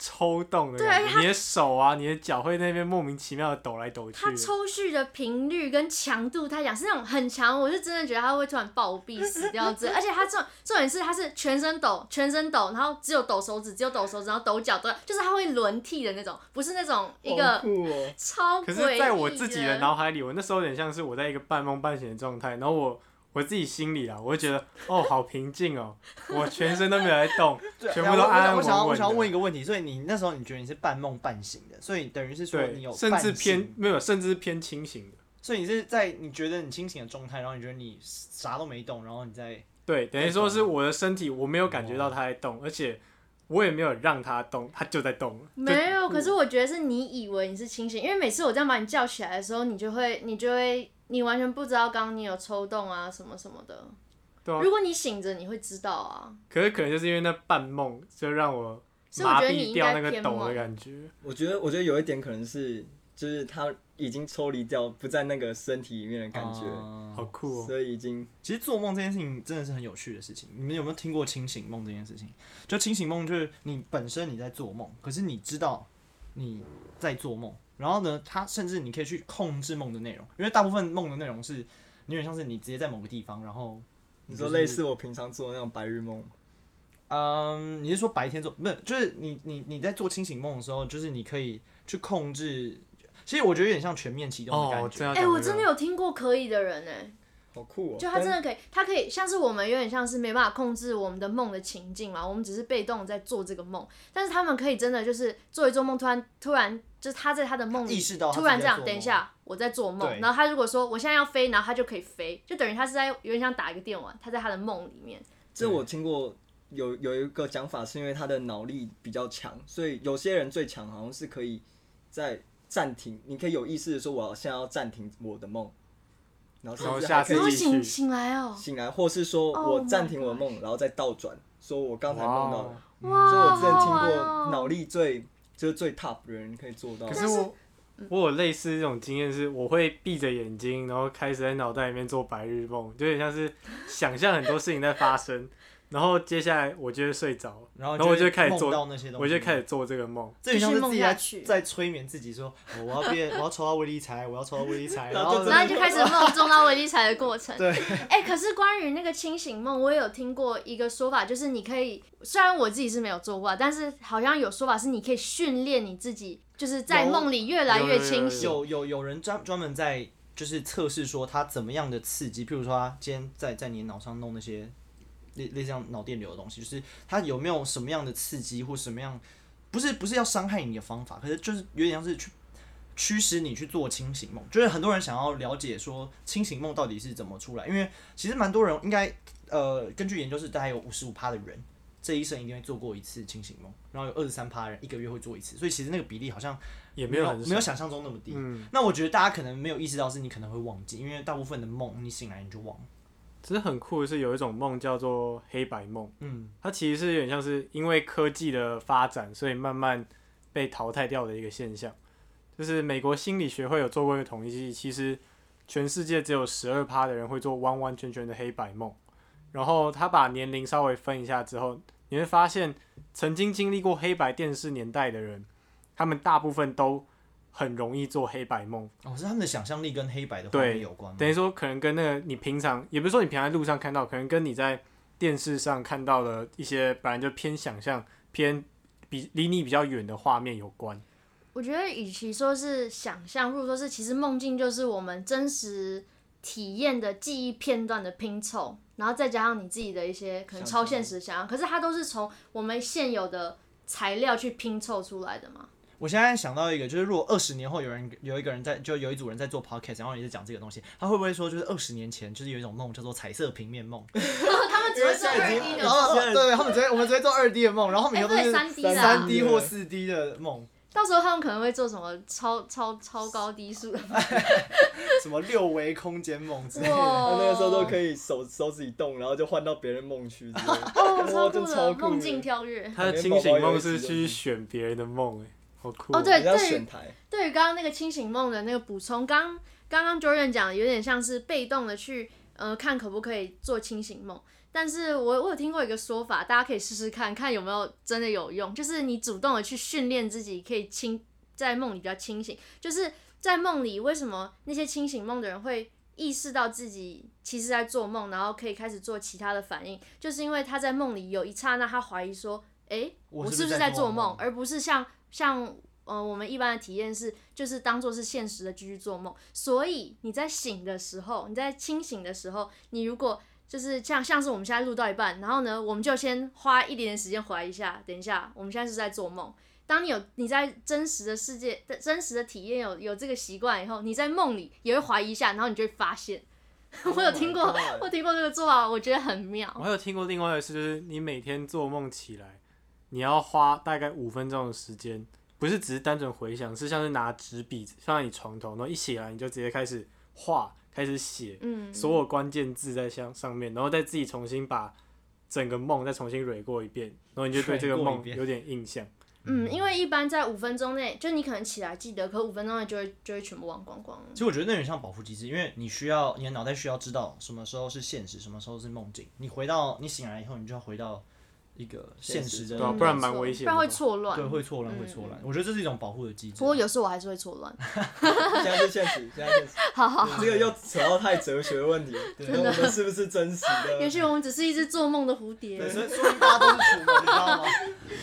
[SPEAKER 2] 抽动的
[SPEAKER 3] 对
[SPEAKER 2] 感觉，你的手啊，你的脚会那边莫名其妙的抖来抖去
[SPEAKER 3] 他。抽蓄的频率跟强度，他讲是那种很强，我是真的觉得他会突然暴毙死掉之类。而且他重重点是他是全身抖，全身抖，然后只有抖手指，只有抖手指，然后抖脚，抖就是他会轮替的那种，不是那种一
[SPEAKER 4] 好
[SPEAKER 3] 个
[SPEAKER 4] 酷哦，
[SPEAKER 3] 超
[SPEAKER 2] 可
[SPEAKER 3] 诡异
[SPEAKER 2] 是，在我自己的脑海里，我那时候有点像是我在一个半梦半醒的状态，然后我我自己心里啊，我就觉得哦，好平静哦，我全身都没有在动，全部都安安
[SPEAKER 1] 我想要
[SPEAKER 2] 稳
[SPEAKER 1] 我
[SPEAKER 2] 稳
[SPEAKER 1] 想要问
[SPEAKER 2] 的。
[SPEAKER 1] 一个问题，所以你那时候你觉得你是半梦半醒的，所以等于是 说你
[SPEAKER 2] 对
[SPEAKER 1] 有，
[SPEAKER 2] 甚至
[SPEAKER 1] 半醒
[SPEAKER 2] 偏，没有，甚至偏清醒的。
[SPEAKER 1] 所以你是在你觉得你清醒的状态，然后你觉得你啥都没动，然后你在
[SPEAKER 2] 对，等于
[SPEAKER 1] 在动
[SPEAKER 2] 说
[SPEAKER 1] 哦
[SPEAKER 2] 是我的身体，我没有感觉到它在动，而且我也没有让它动，它就在动了。
[SPEAKER 3] 没有，可是我觉得是你以为你是清醒，因为每次我这样把你叫起来的时候，你就会，你就会，你完全不知道刚刚你有抽动啊什么什么的。
[SPEAKER 2] 对啊
[SPEAKER 3] 如果你醒着，你会知道啊。
[SPEAKER 2] 可是可能就是因为那半梦，就让我
[SPEAKER 3] 所以我
[SPEAKER 2] 麻
[SPEAKER 3] 觉得你
[SPEAKER 2] 痹
[SPEAKER 3] 应
[SPEAKER 2] 掉
[SPEAKER 3] 该
[SPEAKER 2] 那个
[SPEAKER 3] 偏
[SPEAKER 2] 抖的
[SPEAKER 3] 懵
[SPEAKER 2] 感觉。
[SPEAKER 4] 我觉得我觉得有一点可能是，就是他已经抽离掉，不在那个身体里面的感觉，
[SPEAKER 1] 啊
[SPEAKER 2] 好酷哦！
[SPEAKER 4] 所以已经
[SPEAKER 1] 其实做梦这件事情真的是很有趣的事情。你们有没有听过清醒梦这件事情？就清醒梦就是你本身你在做梦，可是你知道你在做梦，然后呢，它甚至你可以去控制梦的内容，因为大部分梦的内容是你有点像是你直接在某个地方，然后
[SPEAKER 4] 你
[SPEAKER 1] 就
[SPEAKER 4] 说
[SPEAKER 1] 是
[SPEAKER 4] 类似我平常做的那种白日梦，
[SPEAKER 1] 嗯，你是说白天做不是？就是你你你在做清醒梦的时候，就是你可以去控制。其实我觉得有点像全面启动的感
[SPEAKER 2] 哦，
[SPEAKER 1] 觉。
[SPEAKER 2] 这样
[SPEAKER 3] 哎、我真的有听过可以的人哎、
[SPEAKER 4] 好酷哦。
[SPEAKER 3] 就他真的
[SPEAKER 4] 但
[SPEAKER 3] 可以，他可以像是我们有点像是没办法控制我们的梦的情境嘛，我们只是被动地在做这个梦，但是他们可以真的就是做一做梦，突然突然就是他在他的梦
[SPEAKER 1] 意
[SPEAKER 3] 里
[SPEAKER 1] 识到他
[SPEAKER 3] 突然
[SPEAKER 1] 自己在
[SPEAKER 3] 这样，
[SPEAKER 1] 做
[SPEAKER 3] 等一
[SPEAKER 1] 梦
[SPEAKER 3] 下我在做
[SPEAKER 1] 对
[SPEAKER 3] 梦，然后他如果说我现在要飞，然后他就可以飞，就等于他是在有点像打一个电玩，他在他的梦里面，
[SPEAKER 4] 这我听过有有一个讲法，是因为他的脑力比较强，所以有些人最强好像是可以在暂停，你可以有意识的说我现在要暂停我的梦，然
[SPEAKER 2] 然
[SPEAKER 4] 后甚
[SPEAKER 2] 后
[SPEAKER 4] 至
[SPEAKER 2] 下
[SPEAKER 4] 还可
[SPEAKER 2] 次
[SPEAKER 4] 以
[SPEAKER 3] 然后
[SPEAKER 2] 继续
[SPEAKER 3] 醒醒来哦，
[SPEAKER 4] 醒来，或是说
[SPEAKER 3] Oh
[SPEAKER 4] 我
[SPEAKER 3] my
[SPEAKER 4] 暂停我的梦，然后再倒转，说我刚才梦到
[SPEAKER 2] 哇
[SPEAKER 4] 的。
[SPEAKER 2] 哦
[SPEAKER 3] 哇，
[SPEAKER 4] 嗯所以我之前听
[SPEAKER 3] 好好玩
[SPEAKER 4] 过
[SPEAKER 3] 哦
[SPEAKER 4] 脑力最就是最 top 的人可以做到
[SPEAKER 2] 可。是我我有类似这种经验，是我会闭着眼睛，然后开始在脑袋里面做白日梦，就有点像是想象很多事情在发生，然后接下来我就会睡着了，
[SPEAKER 1] 然后
[SPEAKER 2] 然后我就开始
[SPEAKER 1] 梦
[SPEAKER 2] 做
[SPEAKER 1] 到那些东西，
[SPEAKER 2] 我就开始做这个梦。
[SPEAKER 1] 这很像是
[SPEAKER 3] 继续
[SPEAKER 1] 自己
[SPEAKER 3] 梦下
[SPEAKER 1] 在
[SPEAKER 3] 去
[SPEAKER 1] 在催眠自己说，哦我要变，我要抽到威力财，我要抽到威力 财，
[SPEAKER 4] 然
[SPEAKER 1] 然
[SPEAKER 4] 后
[SPEAKER 1] 后
[SPEAKER 4] 就
[SPEAKER 3] 然后哦就开始梦中到威力彩的过程。
[SPEAKER 1] 对
[SPEAKER 3] 哎、可是关于那个清醒梦，我也有听过一个说法，就是你可以，虽然我自己是没有做过啊，但是好像有说法是你可以训练你自己，就是在
[SPEAKER 1] 有
[SPEAKER 3] 梦里越来越清
[SPEAKER 2] 有
[SPEAKER 3] 醒。
[SPEAKER 1] 有有有人专专门在就是测试说他怎么样的刺激，譬如说他今天在在你脑上弄那些类类似像脑电流的东西，就是他有没有什么样的刺激或什么样，不是不是要伤害你的方法，可是就是有点像是去驱使你去做清醒梦，就是很多人想要了解说清醒梦到底是怎么出来，因为其实蛮多人应该呃根据研究是大概有五十五趴的人。这一生一定会做过一次清醒梦，然后有二十三趴人一个月会做一次，所以其实那个比例好像
[SPEAKER 2] 也
[SPEAKER 1] 没
[SPEAKER 2] 没有很
[SPEAKER 1] 没有想象中那么低。
[SPEAKER 2] 嗯，
[SPEAKER 1] 那我觉得大家可能没有意识到，是你可能会忘记，因为大部分的梦你醒来你就忘了。
[SPEAKER 2] 只是很酷的是有一种梦叫做黑白梦，
[SPEAKER 1] 嗯，
[SPEAKER 2] 它其实是有点像是因为科技的发展，所以慢慢被淘汰掉的一个现象。就是美国心理学会有做过一个统计，其实全世界只有十二趴的人会做完完全全的黑白梦。然后他把年龄稍微分一下之后，你会发现曾经经历过黑白电视年代的人，他们大部分都很容易做黑白梦。
[SPEAKER 1] 哦，是他们的想象力跟黑白的画面有关吗？
[SPEAKER 2] 等于说可能跟那个你平常，也不是说你平常在路上看到，可能跟你在电视上看到的一些本来就偏想象、偏比离你比较远的画面有关。
[SPEAKER 3] 我觉得，与其说是想象，不如说是其实梦境就是我们真实体验的记忆片段的拼凑，然后再加上你自己的一些可能超现实想象，可是它都是从我们现有的材料去拼凑出来的嘛。
[SPEAKER 1] 我现在想到一个，就是如果二十年后有人有一个人在，就有一组人在做 podcast，然后也是讲这个东西，他会不会说就是二十年前就是有一种梦叫做彩色平面梦？
[SPEAKER 3] 他们只会做二 D
[SPEAKER 1] 然
[SPEAKER 3] 的，
[SPEAKER 1] 后对他们直接我们直接做二 D 的梦，然后每个都
[SPEAKER 3] 哦哎
[SPEAKER 1] 是
[SPEAKER 3] 对3 D 啊
[SPEAKER 4] 啦
[SPEAKER 1] 三 D 或四 D 的梦，
[SPEAKER 3] 到时候他们可能会做什么超超超高低速 的
[SPEAKER 1] 什么六维空间梦之类的。
[SPEAKER 4] 他
[SPEAKER 3] 哇
[SPEAKER 4] 那个时候
[SPEAKER 3] 哦
[SPEAKER 4] 都可以手手指一动，然后就换到别人梦去之类的。
[SPEAKER 3] 哦，超
[SPEAKER 4] 真
[SPEAKER 3] 酷
[SPEAKER 4] 超
[SPEAKER 3] 的
[SPEAKER 4] 酷
[SPEAKER 3] 梦境跳跃。
[SPEAKER 2] 他的清醒梦是去选别人的梦，哎，好酷、
[SPEAKER 3] 哦对
[SPEAKER 4] 人家选台，
[SPEAKER 3] 对于刚刚那个清醒梦的那个补充，刚刚刚 Jordan 讲的有点像是被动的去呃看可不可以做清醒梦，但是我我有听过一个说法，大家可以试试看看有没有真的有用，就是你主动的去训练自己可以清在梦里比较清醒，就是在梦里为什么那些清醒梦的人会。意识到自己其实在做梦，然后可以开始做其他的反应，就是因为他在梦里有一刹那，他怀疑说：“诶，
[SPEAKER 1] 我
[SPEAKER 3] 我
[SPEAKER 1] 是
[SPEAKER 3] 是
[SPEAKER 1] 不
[SPEAKER 3] 不
[SPEAKER 1] 是
[SPEAKER 3] 是
[SPEAKER 1] 在
[SPEAKER 3] 在
[SPEAKER 1] 做
[SPEAKER 3] 做
[SPEAKER 1] 梦啊
[SPEAKER 3] 梦，而不是像像呃我们一般的体验是，就是当做是现实的继续做梦。所以你在醒的时候，你在清醒的时候，你如果就是像像是我们现在录到一半，然后呢，我们就先花一点点时间怀疑一下，等一下，我们现在是在做梦。当你有你在真实的世界、真实的体验有有这个习惯以后，你在梦里也会怀疑一下，然后你就会发现。 我有听过
[SPEAKER 4] Oh my god
[SPEAKER 3] 我听过这个做法，我觉得很妙。
[SPEAKER 2] 我还有听过另外的事，就是你每天做梦起来，你要花大概五分钟的时间，不是只是单纯回想，是像是拿纸笔放在你床头，然后一起来你就直接开始画，开始写，
[SPEAKER 3] 嗯，
[SPEAKER 2] 所有关键字在上上面，然后再自己重新把整个梦再重新蕊过一遍，然后你就对这个
[SPEAKER 1] 蕊过一
[SPEAKER 2] 梦
[SPEAKER 1] 遍
[SPEAKER 2] 有点印象。
[SPEAKER 3] 嗯，因为一般在五分钟内，就你可能起来记得，可五分钟内就会就会全部忘光光了。
[SPEAKER 1] 其实我觉得那有点像保护机制，因为你需要你的脑袋需要知道什么时候是现实，什么时候是梦境。你回到你醒来以后，你就要回到一个现实的，
[SPEAKER 2] 对啊
[SPEAKER 3] 嗯
[SPEAKER 2] 不然
[SPEAKER 3] 没
[SPEAKER 2] 蛮
[SPEAKER 3] 错
[SPEAKER 2] 危险
[SPEAKER 3] 不然
[SPEAKER 2] 的
[SPEAKER 3] 会
[SPEAKER 2] 吧
[SPEAKER 3] 错乱。
[SPEAKER 1] 对，会错乱，会错乱。我觉得这是一种保护的机制。啊
[SPEAKER 3] 嗯不过有时候我还是会错乱。
[SPEAKER 4] 现在是现实，现在现实。
[SPEAKER 3] 好好，
[SPEAKER 4] 这个又扯到太哲学问题了，那我们是不是真实
[SPEAKER 3] 也
[SPEAKER 4] 的？
[SPEAKER 3] 许我们只是一只做梦的蝴蝶。
[SPEAKER 1] 对，所以说明大家都是处门，你知道吗？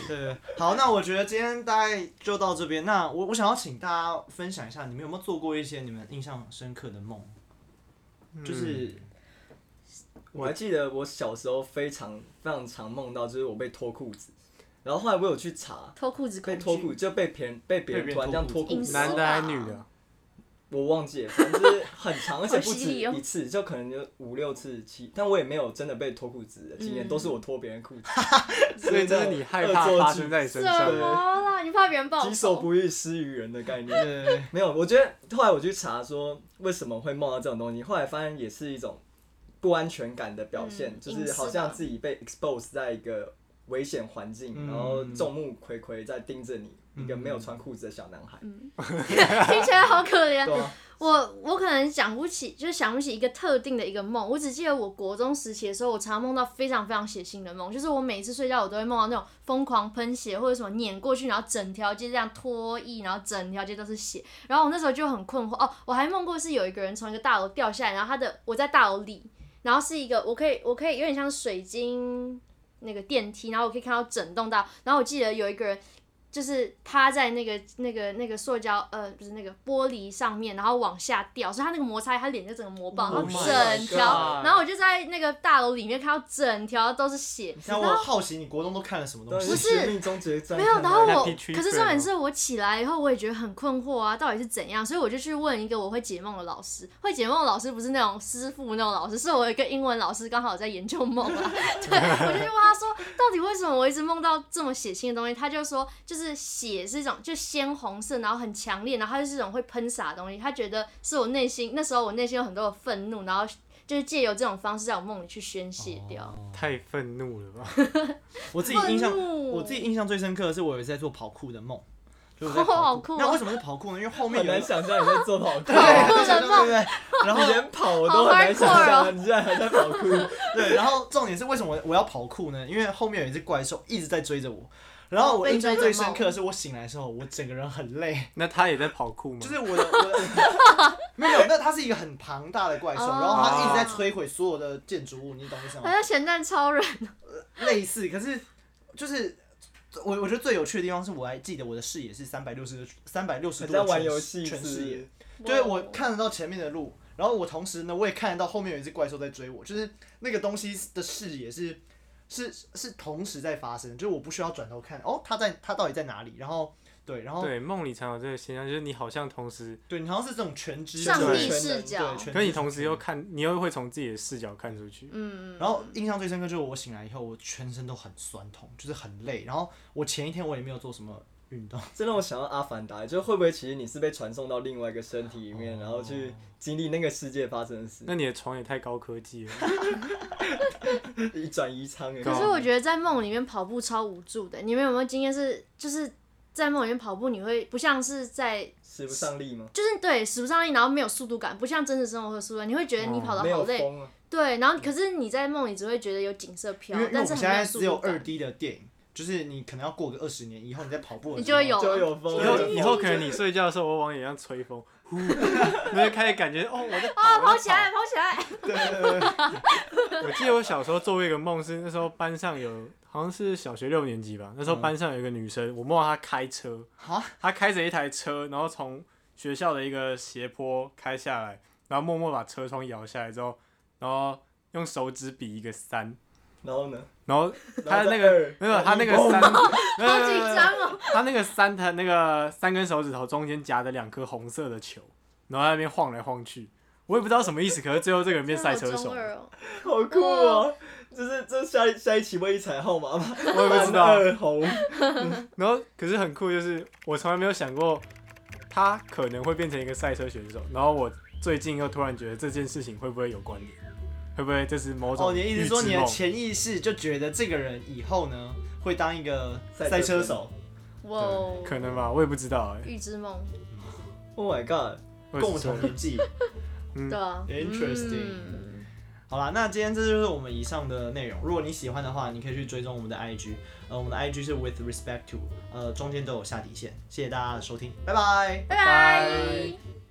[SPEAKER 1] 对对，好，那我觉得今天大概就到这边。那我我想要请大家分享一下，你们有没有做过一些你们印象深刻的梦？
[SPEAKER 2] 嗯
[SPEAKER 1] 就是
[SPEAKER 4] 我还记得我小时候非常非常常梦到，就是我被脱裤子，然后后来我有去查，
[SPEAKER 3] 脱裤子
[SPEAKER 4] 被
[SPEAKER 3] 恐
[SPEAKER 4] 脱
[SPEAKER 3] 惧。
[SPEAKER 4] 裤就被别人被别人突然这样脱裤
[SPEAKER 3] 隐
[SPEAKER 4] 子
[SPEAKER 3] 私，
[SPEAKER 2] 男的还是女的啊？
[SPEAKER 4] 我忘记了，反正就是很长，而且不止
[SPEAKER 3] 好犀利哦
[SPEAKER 4] 一次，就可能就五六次、七，但我也没有真的被脱裤子的经验，
[SPEAKER 3] 嗯
[SPEAKER 4] 都是我脱别人裤子，
[SPEAKER 2] 所以就是你害怕发生在你身
[SPEAKER 3] 什
[SPEAKER 2] 上。
[SPEAKER 3] 么啦？你怕别人报
[SPEAKER 4] 己所
[SPEAKER 3] 仇？
[SPEAKER 4] 不欲，施于人的概念。
[SPEAKER 1] 呃，
[SPEAKER 4] 没有，我觉得后来我去查说为什么会梦到这种东西，后来发现也是一种不安全感的表现，
[SPEAKER 3] 嗯
[SPEAKER 4] 就是好像自己被 expose 在一个危险环境，
[SPEAKER 2] 嗯
[SPEAKER 4] 然后众目睽睽在盯着你、
[SPEAKER 2] 嗯
[SPEAKER 4] 一个没有穿裤子的小男孩，
[SPEAKER 3] 嗯， 听起来好可怜。
[SPEAKER 4] 对啊，
[SPEAKER 3] 我我可能想不起，就是想不起一个特定的一个梦。我只记得我国中时期的时候，我常常梦到非常非常血腥的梦，就是我每一次睡觉，我都会梦到那种疯狂喷血或者什么碾过去，然后整条街这样脱衣，然后整条街都是血。然后我那时候就很困惑哦，我还梦过是有一个人从一个大楼掉下来，然后他的我在大楼里，然后是一个我可以我可以有点像水晶那个电梯，然后我可以看到整栋大楼。然后我记得有一个人就是趴在那个那个那个塑胶呃不是那个玻璃上面，然后往下掉，所以他那个摩擦，他脸就整个磨爆，然
[SPEAKER 2] Oh
[SPEAKER 3] 后
[SPEAKER 2] my
[SPEAKER 3] 整条
[SPEAKER 2] God
[SPEAKER 3] 然后我就在那个大楼里面看到整条都是血，
[SPEAKER 1] 那我好奇你国中都看了什么东西？
[SPEAKER 4] 不
[SPEAKER 3] 不是
[SPEAKER 4] 命终结战，
[SPEAKER 3] 没有，然后我
[SPEAKER 2] Happy Tree
[SPEAKER 3] 可是
[SPEAKER 2] Trail
[SPEAKER 3] 重点是我起来以后，我也觉得很困惑啊，到底是怎样？所以我就去问一个我会解梦的老师，会解梦的老师不是那种师傅那种老师，是我一个英文老师，刚好在研究梦啊。 对，我就去问他说，到底为什么我一直梦到这么血腥的东西？他就说，就是血是一种就鲜红色，然后很强烈，然后它就是一种会喷洒的东西。他觉得是我内心那时候我内心有很多的愤怒，然后就是借由这种方式在我梦里去宣泄掉。
[SPEAKER 1] 哦
[SPEAKER 2] 太愤怒了吧？
[SPEAKER 1] 我自己印象
[SPEAKER 3] 愤，怒
[SPEAKER 1] 我自己印象最深刻的是我有一次在做跑酷的梦，就我 在
[SPEAKER 3] 哦
[SPEAKER 1] 跑
[SPEAKER 3] 好
[SPEAKER 1] 酷。
[SPEAKER 3] 酷哦
[SPEAKER 1] 那为什么是跑酷呢？因为后面
[SPEAKER 4] 很
[SPEAKER 1] 有一
[SPEAKER 4] 难
[SPEAKER 1] 个
[SPEAKER 4] 想象你在 做跑酷，
[SPEAKER 2] 啊
[SPEAKER 1] 对
[SPEAKER 3] 酷的梦
[SPEAKER 1] 对对对，然后
[SPEAKER 4] 你连跑我都很难想
[SPEAKER 3] 好 hardcore 哦
[SPEAKER 4] 象，你竟然还在跑酷，
[SPEAKER 1] 对，然后重点是为什么我要跑酷呢？因为后面有一只怪兽一直在追着我。然
[SPEAKER 3] 哦
[SPEAKER 1] 后我印象最深刻的是，我醒来的时候，我整个人很 累，
[SPEAKER 2] 那他也在跑酷吗？
[SPEAKER 1] 就是我的我的没有，那它是一个很庞大的怪兽，
[SPEAKER 3] 哦
[SPEAKER 1] 然后它一直在摧毁所有的建筑物，你懂我意思
[SPEAKER 3] 好
[SPEAKER 1] 吗？
[SPEAKER 3] 像咸蛋超人，
[SPEAKER 1] 类似，可是就是我我觉得最有趣的地方是，我还记得我的视野是三百六十三百六十
[SPEAKER 4] 你
[SPEAKER 1] 度
[SPEAKER 4] 在
[SPEAKER 1] 的
[SPEAKER 4] 玩
[SPEAKER 1] 全
[SPEAKER 4] 游
[SPEAKER 1] 视
[SPEAKER 4] 戏是
[SPEAKER 1] 全
[SPEAKER 4] 不
[SPEAKER 1] 视野
[SPEAKER 4] 是，。
[SPEAKER 1] 就是我看得到前面的路，然后我同时呢，我也看得到后面有一只怪兽在追我，就是那个东西的视野是是是同时在发生，就是我不需要转头看，哦，它在它到底在哪里？然后对，然后
[SPEAKER 2] 对，梦里常有这个现象，就是你好像同 时，
[SPEAKER 1] 对你好像是这种全知
[SPEAKER 3] 上
[SPEAKER 1] 全
[SPEAKER 3] 帝
[SPEAKER 1] 能
[SPEAKER 3] 视角
[SPEAKER 1] 对，全
[SPEAKER 2] 可是你
[SPEAKER 1] 知
[SPEAKER 2] 同时又
[SPEAKER 1] 全
[SPEAKER 2] 看，你又会从自己的视角看出去。
[SPEAKER 3] 嗯，
[SPEAKER 1] 能。然后印象最深刻就是我醒来以后，我全身都很酸痛，就是很累。然后我前一天我也没有做什么运动，
[SPEAKER 4] 这让我想到《阿凡达》，就会不会其实你是被传送到另外一个身体里
[SPEAKER 2] 哦
[SPEAKER 4] 面，然后去经历那个世界发生的事，
[SPEAKER 2] 那你的床也太高科技了，
[SPEAKER 4] 一转移仓而已。
[SPEAKER 2] 对
[SPEAKER 3] 可
[SPEAKER 2] 啊
[SPEAKER 3] 是我觉得在梦里面跑步超无助的，你们有没有经验是，就是在梦里面跑步，你会不像是在，
[SPEAKER 4] 使不上力吗？
[SPEAKER 3] 就是对使不上力，然后没有速度感，不像真实生活的速度感，你会觉得你跑
[SPEAKER 4] 没
[SPEAKER 3] 得好
[SPEAKER 4] 有
[SPEAKER 3] 累，
[SPEAKER 4] 风啊，
[SPEAKER 3] 对，然后可是你在梦里只会觉得有景色
[SPEAKER 1] 因
[SPEAKER 3] 飘
[SPEAKER 1] 为因，为我
[SPEAKER 3] 但
[SPEAKER 1] 们
[SPEAKER 3] 是
[SPEAKER 1] 现
[SPEAKER 3] 很没
[SPEAKER 1] 在
[SPEAKER 3] 有速
[SPEAKER 1] 只有
[SPEAKER 3] 度
[SPEAKER 1] 二
[SPEAKER 3] 感，
[SPEAKER 1] D 的电影，就是你可能要过个二十年以后，你在跑步的
[SPEAKER 3] 你
[SPEAKER 1] 时
[SPEAKER 3] 就
[SPEAKER 1] 候
[SPEAKER 3] 会有
[SPEAKER 4] 就有风
[SPEAKER 2] 以
[SPEAKER 4] 啊。
[SPEAKER 2] 后以后可能你睡觉的时候，我往你脸上吹风，呼， 你会开始感觉哦，我在
[SPEAKER 3] 啊，
[SPEAKER 2] 我
[SPEAKER 3] 跑
[SPEAKER 2] 在
[SPEAKER 3] 起来，跑起 来，
[SPEAKER 2] 我记得我小时候做过一个梦，是那时候班上有，好像是小学六年级吧，那
[SPEAKER 3] 嗯
[SPEAKER 2] 时候班上有一个女生，我梦到她开车，
[SPEAKER 1] 哈
[SPEAKER 2] 她开着一台车，然后从学校的一个斜坡开下来，然后默默把车窗摇下来之后，然后用手指比一个三，
[SPEAKER 4] 然后呢？
[SPEAKER 2] 然后她
[SPEAKER 4] 然
[SPEAKER 2] 的
[SPEAKER 4] 后再
[SPEAKER 2] 那个
[SPEAKER 4] 二
[SPEAKER 2] 没有她那个
[SPEAKER 4] 然后
[SPEAKER 2] 三， 没有
[SPEAKER 3] 哦好
[SPEAKER 2] 没有
[SPEAKER 3] 紧
[SPEAKER 2] 没有没有
[SPEAKER 3] 张哦，
[SPEAKER 2] 她那个三，她那个三根手指头中间夹着两颗红色的球，然后在那边晃来晃去，我也不知道什么意思，可是最后这个人变赛车
[SPEAKER 3] 真的好
[SPEAKER 2] 手
[SPEAKER 3] 中
[SPEAKER 2] 了。
[SPEAKER 3] 二哦，
[SPEAKER 4] 好酷哦！就是这下一下一期会一彩号码吗？
[SPEAKER 2] 我 也不知道
[SPEAKER 4] 三二红，
[SPEAKER 2] 然后可是很酷，就是我从来没有想过他可能会变成一个赛车选手。然后我最近又突然觉得这件事情会不会有关联？会不会这是某种
[SPEAKER 1] 哦，你的意思
[SPEAKER 2] 预
[SPEAKER 1] 是说
[SPEAKER 2] 知
[SPEAKER 1] 你的
[SPEAKER 2] 梦
[SPEAKER 1] 潜意识就觉得这个人以后呢会当一个赛
[SPEAKER 4] 赛
[SPEAKER 1] 车
[SPEAKER 4] 车
[SPEAKER 1] 手
[SPEAKER 4] 手？
[SPEAKER 3] 哇哦
[SPEAKER 2] 对，可能吧，我也不知道哎、
[SPEAKER 3] 预知梦，
[SPEAKER 4] Oh my god！
[SPEAKER 2] 我也
[SPEAKER 1] 共
[SPEAKER 2] 是
[SPEAKER 1] 同
[SPEAKER 2] 说
[SPEAKER 1] 年纪。
[SPEAKER 2] 嗯
[SPEAKER 3] 对啊
[SPEAKER 1] Interesting
[SPEAKER 3] 嗯
[SPEAKER 1] 好啦，那今天这就是我们以上的内容。如果你喜欢的话，你可以去追踪我们的 IG，呃，我们的 IG 是 with respect to，呃，中间都有下底线。谢谢大家的收听，拜拜。
[SPEAKER 3] 拜
[SPEAKER 2] 拜
[SPEAKER 3] 拜。